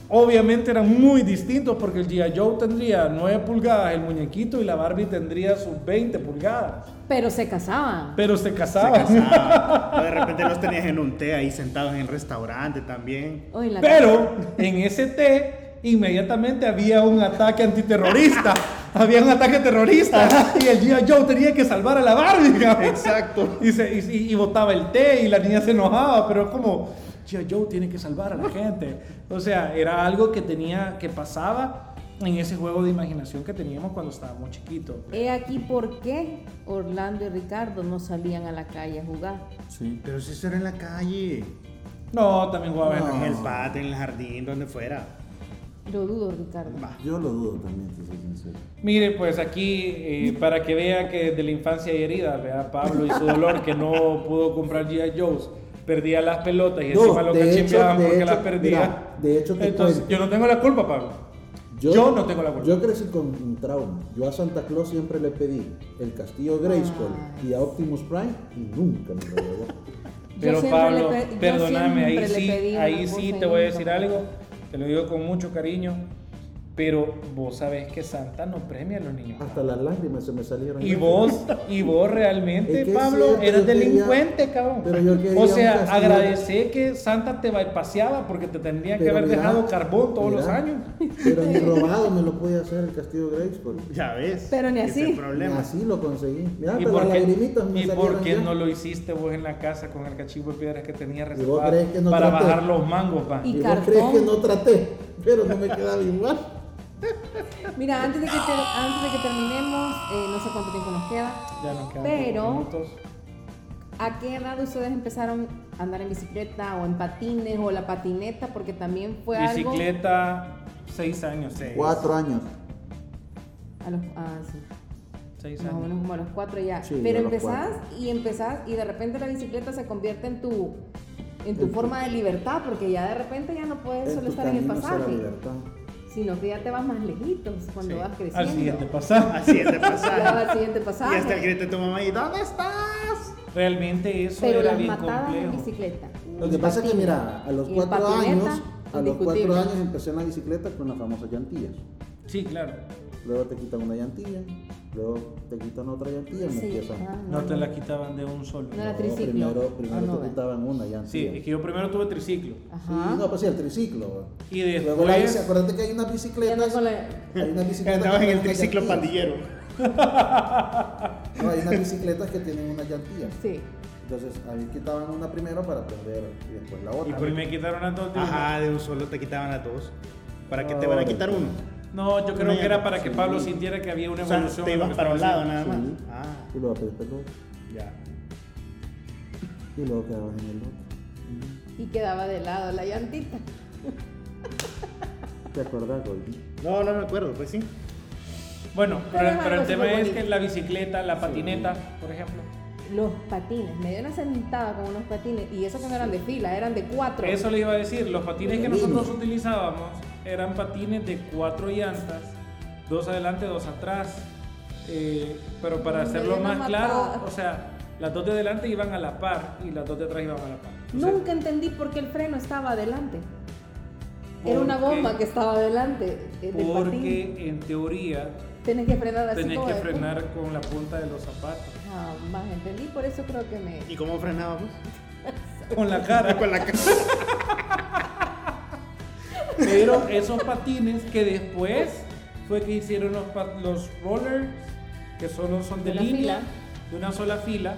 A: Obviamente eran muy distintos porque el G.I. Joe tendría 9 pulgadas el muñequito y la Barbie tendría sus 20 pulgadas.
B: Pero se casaban.
A: Pero se
D: Se
A: casaban.
D: casaban. O de repente los tenías en un té ahí sentados en el restaurante también.
B: Hoy en la
A: Pero en ese té inmediatamente había un ataque antiterrorista. había un ataque terrorista y el G.I. Joe tenía que salvar a la Barbie. cabrón.
D: Exacto.
A: Y, se, y, y- y botaba el té y la niña se enojaba, pero es como, G.I. Joe tiene que salvar a la gente. O sea, era algo que tenía, que pasaba en ese juego de imaginación que teníamos cuando estábamos chiquitos.
B: He aquí por qué Orlando y Ricardo no salían a la calle a jugar.
D: Pero si eso era en la calle.
A: No, también jugaba en
D: En
A: el
D: el patio, en el jardín, donde fuera.
B: Lo dudo, Ricardo.
D: Va.
C: Yo lo dudo también, te soy sincero.
A: Mire, pues aquí, eh, para que vea que desde la infancia hay heridas, ¿verdad? Pablo y su dolor que no pudo comprar G.I. Joe's, perdía las pelotas y
C: No,
A: encima lo
C: de hecho,
A: cachimeaban
C: de
A: porque
C: hecho,
A: las perdía.
C: mira, de hecho te
A: Entonces,
C: cuento.
A: yo no tengo la culpa, Pablo. Yo, no tengo la culpa.
C: Yo crecí con un trauma. Yo a Santa Claus siempre le pedí el castillo Grayskull y a Optimus Prime y nunca me lo llevó.
B: Yo
A: Pero
B: siempre
A: Pablo,
B: le pe- yo
A: perdóname, ahí
B: siempre le
A: sí,
B: pedí una
A: ahí sí
B: cosa
A: te
B: y
A: voy a
B: nunca
A: decir
B: me la
A: algo,
B: dieron.
A: te lo digo con mucho cariño, pero vos sabés que Santa no premia a los niños.
C: Hasta las lágrimas se me salieron.
A: Y vos, y vos realmente,
C: Es que es
A: Pablo,
C: cierto,
A: eras
C: yo quería-
A: delincuente, cabrón.
C: pero yo quería
A: o
C: un
A: sea,
C: castigo.
A: agradecé que Santa te bypaseaba porque te tendría que
C: Pero
A: haber
C: mira,
A: dejado carbón todos
C: mira,
A: los años.
C: Pero ni robado me lo podía hacer el castillo Grayskull.
D: Ya ves.
B: Pero ni
D: Ese
B: así.
D: Es el
C: Y
D: problema.
C: así lo conseguí. Mira,
A: ¿Y
C: hasta
A: por
C: Ah, las
A: qué,
C: lagrimitas me
A: y por
C: salieron
A: qué
C: ya.
A: no lo hiciste vos en la casa con el cachivo de piedras que tenía
C: vos
A: reservado
C: crees que no
A: para
C: traté?
A: bajar los mangos, pa?
B: Y
C: ¿Y vos
B: cartón.
C: crees que no traté? Pero no me quedaba igual.
B: Mira, antes de que, ter- antes de que terminemos, eh, no sé cuánto tiempo nos queda.
A: Ya nos quedan
B: Pero-
A: pocos minutos.
B: ¿A qué edad ustedes empezaron a andar en bicicleta o en patines o la patineta? Porque también fue algo...
A: Bicicleta, seis años.
D: Sí.
C: Cuatro años.
B: A los, ah, sí.
A: Seis
B: Más o
A: años.
B: menos como a los cuatro ya.
C: Sí,
B: Pero
C: a los
B: empezás
C: cuatro.
B: y empezás y de repente la bicicleta se convierte en tu, en tu forma de libertad porque ya de repente ya no puedes
C: En
B: solo
C: tu
B: estar en el
C: camino hacia la
B: pasaje,
C: libertad.
B: sino que ya te vas más lejitos cuando
D: Sí.
B: vas creciendo.
A: Al siguiente pasaje.
D: Así es de
B: Ya va
D: pasar.
B: al siguiente
D: y
B: pasaje.
D: hasta el grito de tu mamá y ¿dónde estás?
A: Realmente eso
B: Pero
A: era
B: las
A: bien
B: matadas en
A: complejo.
B: bicicleta.
C: Lo que pasa es
B: Patines.
C: que, mira, a los
B: Y en
C: cuatro
B: patineta, pues,
C: años, a los cuatro
B: indiscutible.
C: años empecé en la bicicleta con las famosas llantillas.
A: Sí, claro.
C: Luego te quitan una llantilla, luego te quitan otra llantilla y me
B: Sí,
C: empiezan.
B: ah,
A: No te la quitaban de un solo.
B: No era
C: No,
B: triciclo.
C: Primero,
B: Ah,
C: primero
B: no,
C: te
B: ve.
C: quitaban una
A: Sí,
C: llantilla.
A: es que yo primero tuve triciclo.
B: Ajá.
C: Sí, no, pues sí, el triciclo. güey.
A: Y
C: Luego la bici,
A: después.
C: acuérdate que hay unas
B: Ya no
C: bicicletas.
B: con la-
C: Hay unas bicicletas.
D: Andaba
C: que
D: en el
C: tienen
D: triciclo
C: unas
D: pandillero.
C: llantillas. No, hay unas bicicletas que tienen unas llantillas.
B: Sí.
C: Entonces, a mí quitaban una primero para aprender y después la
A: Y
C: otra.
A: por me quitaron las dos. de una.
D: Ajá, de un solo te quitaban las dos. ¿Para qué te
C: Oh.
D: van a quitar uno?
A: No, yo creo
D: Una
A: que era
D: llanta,
A: para que
D: sí.
A: Pablo sintiera que había una
D: O sea,
A: evolución.
D: te
A: en lo
D: ibas
A: que
D: para un
A: estaba
D: lado
A: haciendo.
D: nada más.
C: Sí.
D: Ah,
C: Y luego aprendí el otro.
D: ya.
C: Y luego quedabas en el otro.
B: Y quedaba de lado la llantita.
C: ¿Te acordás, Goldie?
D: No, no me acuerdo, pues sí.
A: Bueno,
B: Pero
A: pero,
B: es
A: pero
B: algo
A: el tema
B: súper
A: es
B: bonito.
A: que la bicicleta, la patineta, por ejemplo.
B: Los patines. Me dio una sentada con unos patines. Y eso que no eran de fila, eran de cuatro.
A: Eso le iba a decir, los patines que
C: Pero mínimo.
A: nosotros utilizábamos eran patines de cuatro llantas, dos adelante, dos atrás. Eh, pero para
B: Me
A: hacerlo
B: dio una
A: más claro,
B: matada.
A: o sea, las dos de adelante iban a la par y las dos de atrás iban a la par. O sea,
B: Nunca entendí por qué el freno estaba adelante. Era una
A: Porque-
B: bomba que estaba adelante eh, del patín.
A: Porque en teoría
B: Tenés que frenar así
A: tenés
B: como
A: que
B: de-
A: frenar con la punta de los zapatos.
B: Jamás entendí, por eso creo que me...
D: ¿Y cómo frenábamos?
A: Con la cara.
D: Con la cara.
A: Pero esos patines que después fue que hicieron los, pa- los rollers, que solo son de,
B: De una
A: línea,
B: fila.
A: de una sola fila,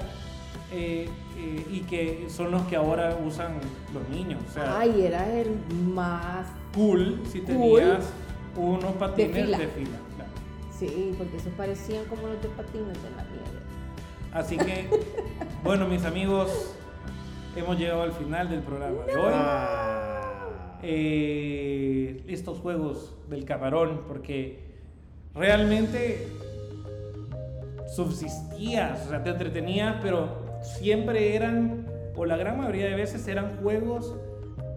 A: eh, eh, y que son los que ahora usan los niños. O sea,
B: Ay, era el más...
A: cool si
B: cool.
A: tenías unos patines de
B: fila.
A: fila. claro.
B: Sí, porque esos parecían como los de patines de la nieve.
A: Así que, bueno, mis amigos, hemos llegado al final del programa de hoy.
D: Ah.
A: eh, estos juegos del camarón porque realmente subsistías, o sea, te entretenías, pero siempre eran, o la gran mayoría de veces eran juegos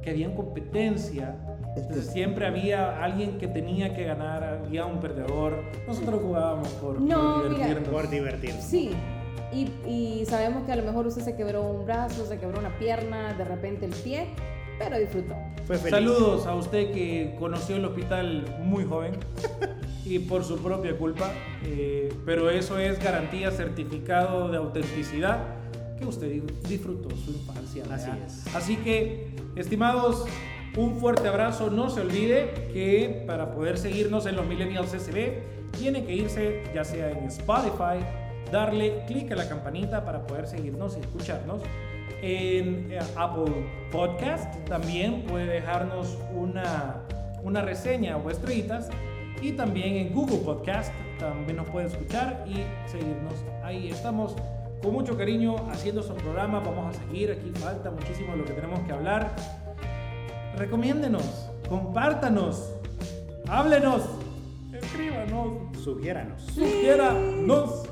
A: que habían competencia. Entonces siempre había alguien que tenía que ganar, había un perdedor. Nosotros jugábamos por, por
B: No, mira.
D: Por divertirse.
B: Sí, y, y sabemos que a lo mejor usted se quebró un brazo, se quebró una pierna, de repente el pie, pero disfrutó.
D: Fue feliz.
A: Saludos a usted que conoció el hospital muy joven y por su propia culpa, eh, pero eso es garantía, certificado de autenticidad que usted di- disfrutó su infancia.
D: Así
A: ¿verdad?
D: es.
A: Así que, estimados, un fuerte abrazo. No se olvide que para poder seguirnos en los Millennials SB, tiene que irse ya sea en Spotify, darle clic a la campanita para poder seguirnos y escucharnos. En eh, Apple Podcast también puede dejarnos una, una reseña o estrellitas. Y también en Google Podcast también nos puede escuchar y seguirnos. Ahí estamos con mucho cariño haciendo estos programas. Vamos a seguir. Aquí falta muchísimo lo que tenemos que hablar. Recomiéndenos, compártanos, háblenos, escríbanos,
D: Sugiéranos.
A: sugiéranos.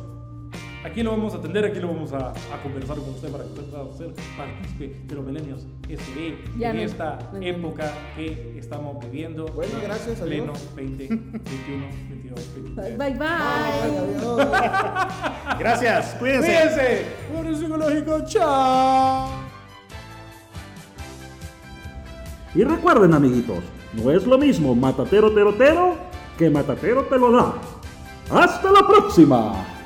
A: Aquí lo vamos a atender, aquí lo vamos a, a conversar con usted para que usted pueda ser partícipe de los milenios SB
B: Ya
A: en
B: no-
A: esta
B: no entiendo.
A: época que estamos viviendo.
C: Bueno, gracias, adiós.
A: Pleno 20, 21, 22, 23.
B: bye.
C: Ay,
B: bye.
C: adiós.
D: Gracias, cuídense.
A: Cuídense. Bueno, psicológico, chao.
G: Y recuerden, amiguitos, no es lo mismo matatero terotero que matatero te lo da. ¡Hasta la próxima!